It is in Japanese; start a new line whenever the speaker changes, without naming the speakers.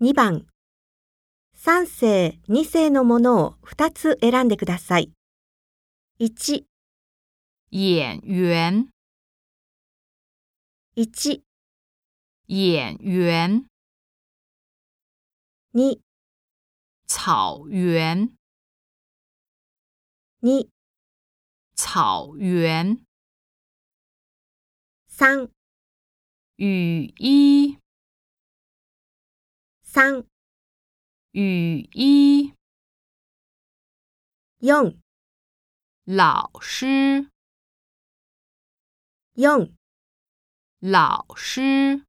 2番、3世、2世のものを2つ選んでください。1、
演员，
1、
演员，
2、
草原，
2、
草原，
3、
雨衣，
3、
雨衣，
4、
老师，
4
老师，